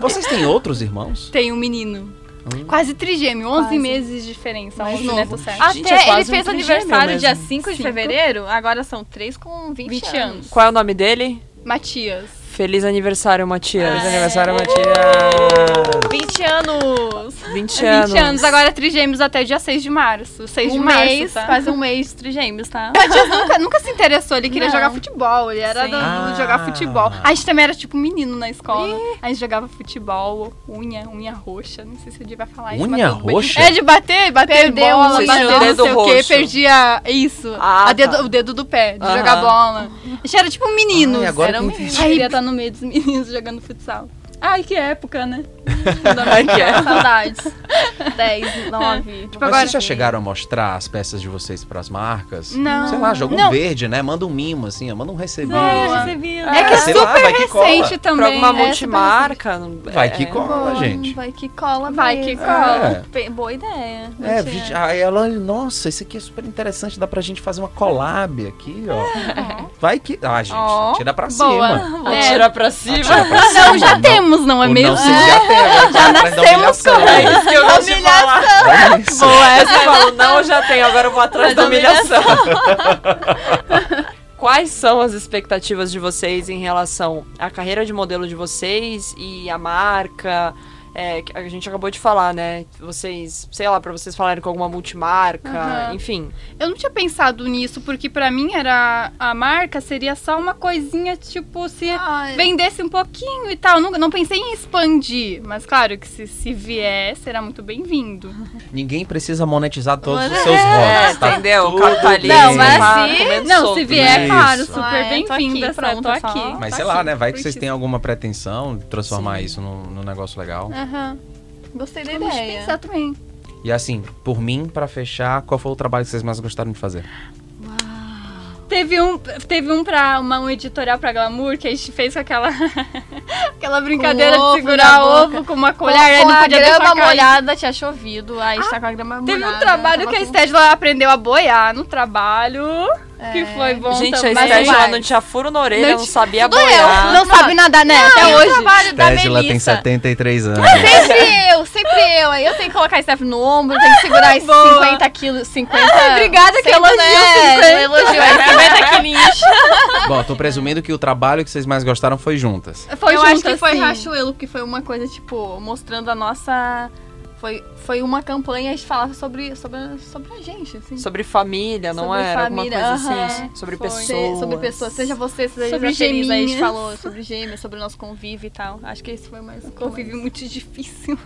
Vocês têm outros irmãos?
Tem um menino.
Hum.
Quase trigêmeo, 11
Quase.
meses de diferença. né,
Mais
11
novo.
netos certos.
Ah, Gente, é
Até ele
quase um
fez
trigêmeo
aniversário
mesmo.
dia 5 de
Cinco.
fevereiro, agora são 3 com 20,
20
anos.
anos.
Qual é o nome dele?
Matias.
Feliz aniversário,
Ah,
Matias.
Feliz aniversário,
é.
Matias!
20 anos!
20
20
anos.
anos. agora é trigêmeos até dia 6 de março. 6 de
um
março,
mês,
tá?
quase um mês de trigêmeos, tá?
Matias nunca, nunca se interessou, ele queria
Não.
jogar futebol, ele era
Sim.
do, do
Ah.
jogar futebol. A gente também era tipo menino na escola. A gente jogava futebol, unha, unha roxa, não sei se o Di vai falar isso. mas
Unha
tudo bem.
roxa?
É, de bater, bater
Perdeu
bola,
um-
bater
Sim, o
não
dedo
sei o quê,
roxo.
perdia isso,
Ah,
a dedo-
tá.
o dedo do pé, de
Aham.
jogar bola. A gente era tipo meninos.
Ai, agora
era
que eu
um
entendi.
Aí ia estar no meio dos meninos jogando futsal. Ai, que época, né?
Ai, que é.
Saudades. 10, 9.
Tipo,
Mas
agora-
vocês já chegaram a mostrar as peças de vocês pras marcas?
Não.
Sei lá, joga um
Não.
verde, né? Manda um mimo, assim, ó, manda um recebido.
É que é
assim,
sei
super
lá, vai que cola.
recente
Pra
também.
alguma
né?
multimarca.
Vai que
é.
cola, gente.
Vai que cola,
Vai
mesmo.
que cola.
É.
Pe- Boa ideia.
É,
Mentira.
vídeo- aí ela, olha, nossa, isso aqui é super interessante, dá pra gente fazer uma collab aqui, ó. Vai que. Ah, gente,
Ó,
tira pra
boa.
cima.
É.
Atira pra cima.
Atira pra
Não,
cima,
já temos, não é
Ou
mesmo?
Não, se já tem, já nascemos
É isso que eu gosto de falar. Boa, essa eu falo, não, eu já tenho, agora eu vou atrás
Mas
da humilhação. Quais são as expectativas de vocês em relação à carreira de modelo de vocês e à marca? é, que a gente acabou de falar, né? Vocês, sei lá, pra vocês falarem com alguma multimarca,
Aham.
enfim.
Eu não tinha pensado nisso, porque pra mim era a marca seria só uma coisinha, tipo, se
Ai,
vendesse um pouquinho e tal. Não, não pensei em expandir, mas claro que se, se vier, será muito bem-vindo.
Ninguém precisa monetizar todos os
É,
seus
É,
hobbies, tá?
entendeu? O
tudo
capitalismo
bem.
Não, mas
tá
se-
comendo
Não,
solto,
se vier,
né?
claro,
Isso.
super
Ah, é, tô aqui,
bem-vinda, essa-
pronto,
tô
só-
aqui.
Mas
Tá
sei lá,
aqui,
né? Vai que vocês
curtindo.
têm alguma pretensão de transformar
Sim.
isso num, num negócio legal.
Aham.
gostei da
Vamos
ideia.
pensar também.
E assim, por mim, pra fechar, qual foi o trabalho que vocês mais gostaram de fazer?
Teve um, teve um pra uma, um editorial pra glamour que a gente fez com aquela, aquela brincadeira
ovo
de segurar
na boca.
ovo com uma
Com,
colher, aí
com
não
a
podia deixar
grama
cair.
molhada, tinha chovido, aí está com a grama molhada.
Teve um trabalho
tava
que
com-
a Stedla aprendeu a boiar no trabalho,
É.
que foi bom
Gente, a
também.
Estela
vai.
não tinha furo na orelha,
Não
não, sabia
Doeu,
boiar.
Não sabe nadar, né? Até
e o
hoje.
trabalho da
Tesla tem
Melissa?
73 anos.
Sempre eu, sempre eu. Aí eu tenho que colocar a Steph no ombro, tenho que segurar esses
Boa.
50 quilos, 50...
Obrigada que elogio,
né?
50.
Um elogio, é
tá
50 quilinhos.
Bom, tô presumindo que o trabalho que vocês mais gostaram foi juntas.
Foi
eu
junto,
acho que foi
assim.
Rachuelo, que foi uma coisa, tipo, mostrando a nossa... Foi, foi uma campanha de falar sobre, sobre, sobre a gente, assim.
Sobre família, não
Sobre
era?
família,
Alguma coisa assim.
aham,
Sobre
foi.
Se-
pessoas.
Sobre pessoas, seja você, seja
Sobre
feliz, aí a gente
gêmeas.
falou sobre gêmeos, sobre o nosso convívio e tal. Acho que esse foi mais um
Convívio muito difícil.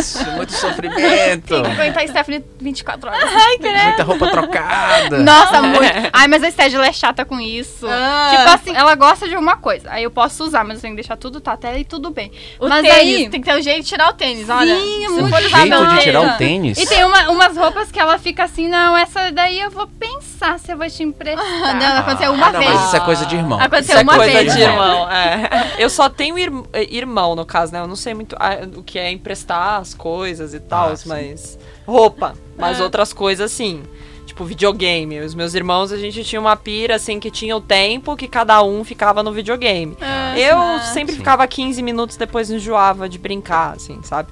Isso, muito sofrimento.
Tem que aguentar a Stephanie 24 horas. né?
Muita roupa trocada.
Nossa, muito. Ai, mas a Stedla é chata com isso. Tipo
Ah,
assim, ela gosta de uma coisa. Aí eu posso usar, mas eu tenho que deixar tudo tá até e tudo bem.
o
mas
tênis,
aí-
tem que ter um jeito de tirar o tênis, olha.
Sim,
Se
muito
for
o
usar meu
jeito de
tênis.
tirar o tênis.
E tem uma- umas roupas que ela fica assim, não, essa daí eu vou pensar se eu vou te emprestar.
Não, aconteceu uma
ah, não,
vez.
Mas isso é coisa de irmão. Isso
Aconteceu
é
uma
coisa
Coisa
vez,
de
De
né?
irmão.
irmão, é. Eu só tenho ir- irmão, no caso, né? Eu não sei muito ah, o que é emprestar as coisas e tal,
Ah, sim.
mas. Roupa. Mas
É.
outras coisas, sim. Tipo, videogame. Os meus irmãos, a gente tinha uma pira, assim, que tinha o tempo que cada um ficava no videogame.
É,
Eu sempre
Sim.
ficava 15 minutos, depois enjoava de brincar, assim, sabe?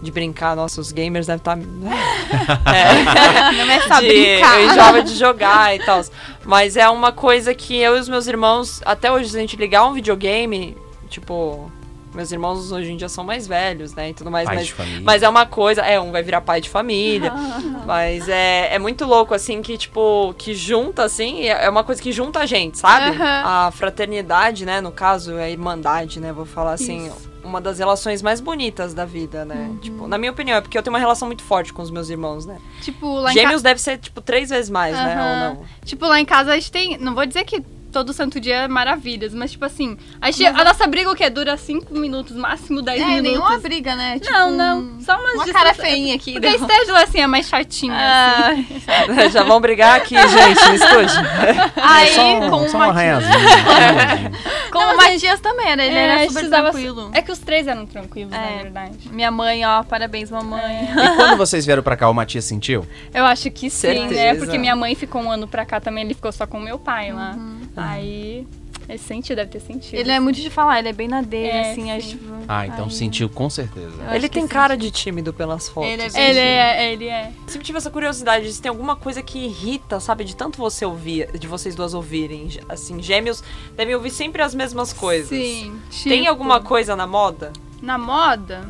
De brincar, nossa, os gamers devem tá- estar.
Não é só
de-
brincar.
Eu enjoava de jogar e tal. Mas é uma coisa que eu e os meus irmãos, até hoje, se a gente ligar um videogame, tipo, meus irmãos hoje em dia são mais velhos, né? E tudo mais.
Pai
Mas,
de família.
mas é uma coisa, é, um vai virar pai de família. mas é, é muito louco, assim, que, tipo, que junta, assim, e é uma coisa que junta a gente, sabe?
Aham.
A fraternidade, né? No caso, a irmandade, né? Vou falar assim. Uma das relações mais bonitas da vida, né?
Uhum.
Tipo, na minha opinião, é porque eu tenho uma relação muito forte com os meus irmãos, né?
Tipo, lá em casa.
Gêmeos deve ser, tipo, três vezes mais, né?
Aham.
Ou não?
Tipo, lá em casa a gente tem. Não vou dizer que todo santo dia é maravilhas, mas tipo assim, a, gente-
Mas
a nossa briga o quê? Dura 5 minutos, máximo 10
É,
minutos.
nenhuma briga, né? Tipo,
Não, não. Só umas
Uma
discussões.
cara feinha aqui. né?
Porque a
deu.
Stedla, assim, é mais chatinha. assim.
Ah,
Já vão brigar aqui, gente, no estúdio.
assim.
Aí,
Só, um-
com
só
o
um
Matias.
arranhazinho. um arranhazinho.
Como o Matias também era, ele
É, a
era
gente
super
precisava-
tranquilo.
É que os três eram tranquilos,
É.
na verdade.
Minha mãe, ó, parabéns, mamãe.
E quando vocês vieram pra cá, o Matias sentiu?
Eu acho que sim, né?
Certeza.
Porque minha mãe ficou um ano pra cá também, ele ficou só com meu pai lá.
Uhum.
Aí. Ele sentiu, deve ter sentido.
Ele é muito de falar, ele é bem na dele,
É,
assim,
sim.
acho tipo...
Ah, então
Ai.
sentiu com certeza.
Eu
Ele
acho que
tem
sim.
cara de tímido pelas fotos.
Ele é bem-
Ele é, ele é.
Sempre tive essa curiosidade de se tem alguma coisa que irrita, sabe? De tanto você ouvir, de vocês duas ouvirem. Assim, gêmeos devem ouvir sempre as mesmas coisas.
Sim.
Tem
tipo,
alguma coisa na moda?
Na moda?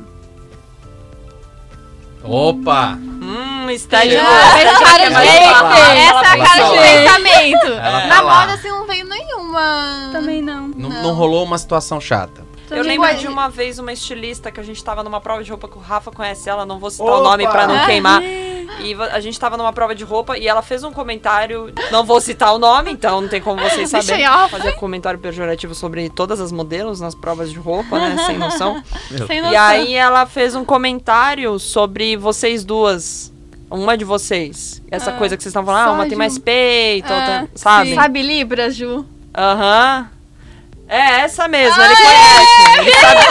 Opa!
Hum,
Tem,
estágio.
ó, esse cara de
Ela fala,
hater,
ela
É, Essa é a cara
fala.
de pensamento.
Ela
Na
fala.
moda, assim, não veio nenhuma.
Também não.
Não,
Não.
não rolou uma situação chata.
Eu
Tipo,
lembro
aí-
de um- uma vez uma estilista que a gente tava numa prova de roupa que o Rafa conhece ela, não vou citar o
Opa!
nome pra não
Ah.
queimar. E vo- a gente tava numa prova de roupa e ela fez um comentário, não vou citar o nome, então não tem como vocês
Deixa
saberem.
em off.
Fazer comentário pejorativo sobre todas as modelos nas provas de roupa, né, sem noção.
É.
Sem
E
noção.
aí ela fez um comentário sobre vocês duas. Uma de vocês. Essa coisa que vocês estão falando, ah,
só
uma
de
tem
um-
mais peito,
É,
outra,
Ah,
sabe?
Sabe Libras, Ju?
Aham. É essa mesmo, ele conhece. Ele sabe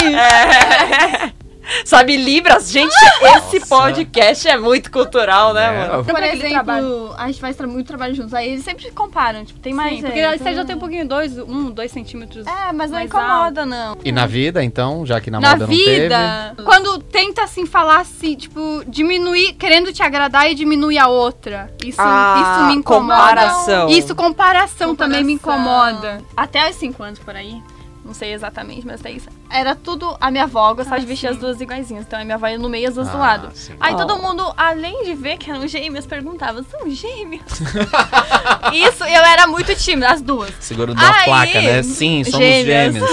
quem é. É. Sabe Libras? Gente, esse
Nossa.
podcast é muito cultural, né,
É,
mano?
Por
Sabe aquele
exemplo,
trabalho?
a gente faz tra- muito trabalho juntos. Aí eles sempre comparam, tipo, tem mais.
Sim, porque
é,
a Stedla tem um pouquinho, dois, um, dois centímetros.
É, mas não
mais
incomoda, não.
E na vida, então, já que na,
Na
moda não teve.
vida, quando tenta assim falar assim, tipo, diminuir, querendo te agradar e diminuir a outra. Isso,
Ah,
isso me incomoda.
comparação.
Isso, comparação, também me
Comparação.
incomoda.
Até os 5 anos por aí. Não sei exatamente, mas é isso. Era tudo a minha avó gostava
Ah,
de vestir
sim.
as duas iguaizinhas. Então a minha avó ia no meio e as duas do
Ah,
lado.
sim.
Aí
Oh.
todo mundo, além de ver que eram gêmeas, perguntava: são gêmeas? isso, eu era muito tímida, as duas.
Segurando uma
Aí,
placa, né? Sim, somos
gêmeas.
gêmeos.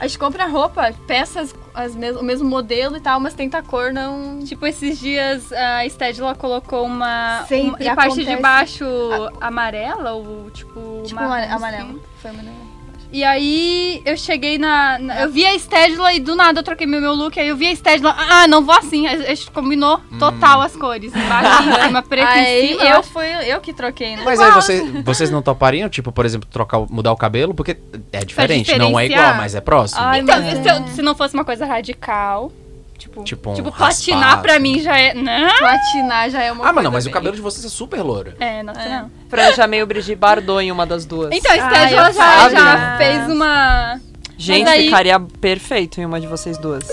A gente compra roupa, peças, as mes- o mesmo modelo e tal, mas tenta a cor, não.
Tipo, esses dias a Stedla colocou uma. uma
Sempre
e a parte de
acontece.
baixo amarela ou tipo.
Tipo,
marrom,
amare-
assim.
amarelo. Foi amarelo.
E aí eu cheguei na. na- eu vi a Stedla e do nada eu troquei meu, meu look. Aí eu vi a Stedla. Ah, não vou assim. A gente combinou total as cores. Embaixo em cima, preto em
Aí
cima.
eu fui, eu que troquei, né?
Mas aí vocês, vocês não topariam, tipo, por exemplo, trocar, o- mudar o cabelo? Porque é diferente, não é igual,
diferenciar.
mas é próximo.
Ai,
Então,
mas
se, eu- se não fosse uma coisa radical. Tipo,
Tipo um
platinar
raspar,
pra
assim.
mim já é. Né?
Platinar já é uma
ah, mas
coisa
não, mas o
bem-
cabelo de vocês é super louro.
É, não, não.
Franja meio Brigitte Bardot em uma das duas.
Então, a
Ai,
Stedla
eu
já,
sabe.
já fez uma.
Gente,
mas aí-
ficaria perfeito em uma de vocês duas.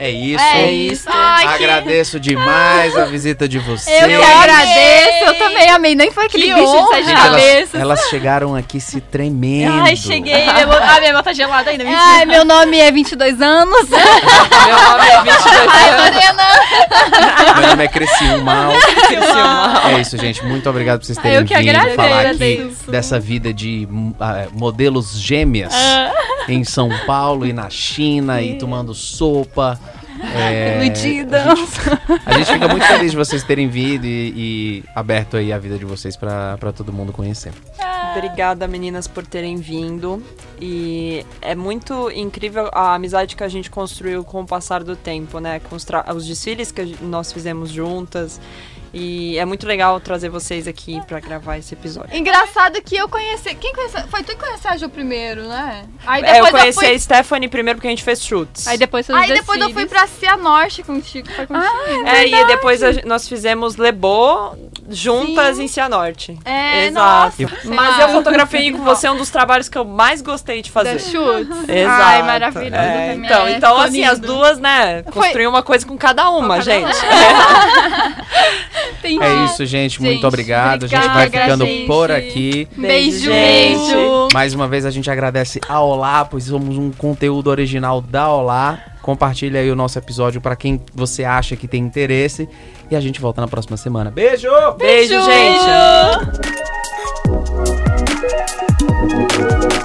É isso.
É isso.
Ai, que-
Agradeço demais a visita de vocês.
Eu que agradeço, eu também amei. Nem foi aquele
Que
bicho de
honra!
sete
Gente, elas,
cabeças.
elas chegaram aqui se tremendo.
Ai, cheguei. minha mão- Ah, minha mão tá gelada ainda, mentira.
Ai, meu nome é 22 anos.
Meu nome é 22 anos.
Meu nome é Cresci Mal.
Silmar.
É isso, gente. Muito obrigado por vocês terem
Eu que
vindo
agradeço.
falar aqui
Agradeço.
dessa vida de hum, ah, modelos gêmeas
Ah.
em São Paulo e na China e tomando sopa. É,
Iludida.
A gente fica muito feliz de vocês terem vindo e, e aberto aí a vida de vocês pra pra todo mundo conhecer.
Obrigada, meninas, por terem vindo. E é muito incrível a amizade que a gente construiu com o passar do tempo, né? Com os, tra- os desfiles que a gen- nós fizemos juntas. E é muito legal trazer vocês aqui pra gravar esse episódio.
Engraçado que eu conheci. Quem conheceu? Foi tu que conheceu a Ju primeiro, né? Aí
É,
depois
eu conheci
fui.
a Stephanie primeiro porque a gente fez chutes.
Aí depois
Aí depois eu fui pra Cianorte contigo. Foi contigo.
é, e depois a gen- nós fizemos Lebô juntas
Sim.
em Cianorte.
é,
Exato.
E-
nossa.
Mas
Ah,
eu fotografei com você é um dos trabalhos que eu mais gostei de fazer.
Da Schutz.
Exato.
Ai, maravilhoso
É,
também.
então,
É,
então
ficou
assim, as
lindo.
duas, né, construiu uma coisa com cada uma, gente.
Entendi.
É isso, gente. Muito
Ah, Gente,
obrigado. A gente vai
obrigada,
ficando
gente.
por aqui.
Beijo,
Beijo, beijo.
gente.
Mais uma vez a gente agradece a Olá, pois somos um conteúdo original da Olá. Compartilha aí o nosso episódio pra quem você acha que tem interesse. E a gente volta na próxima semana. Beijo!
Beijo, gente.
Beijo.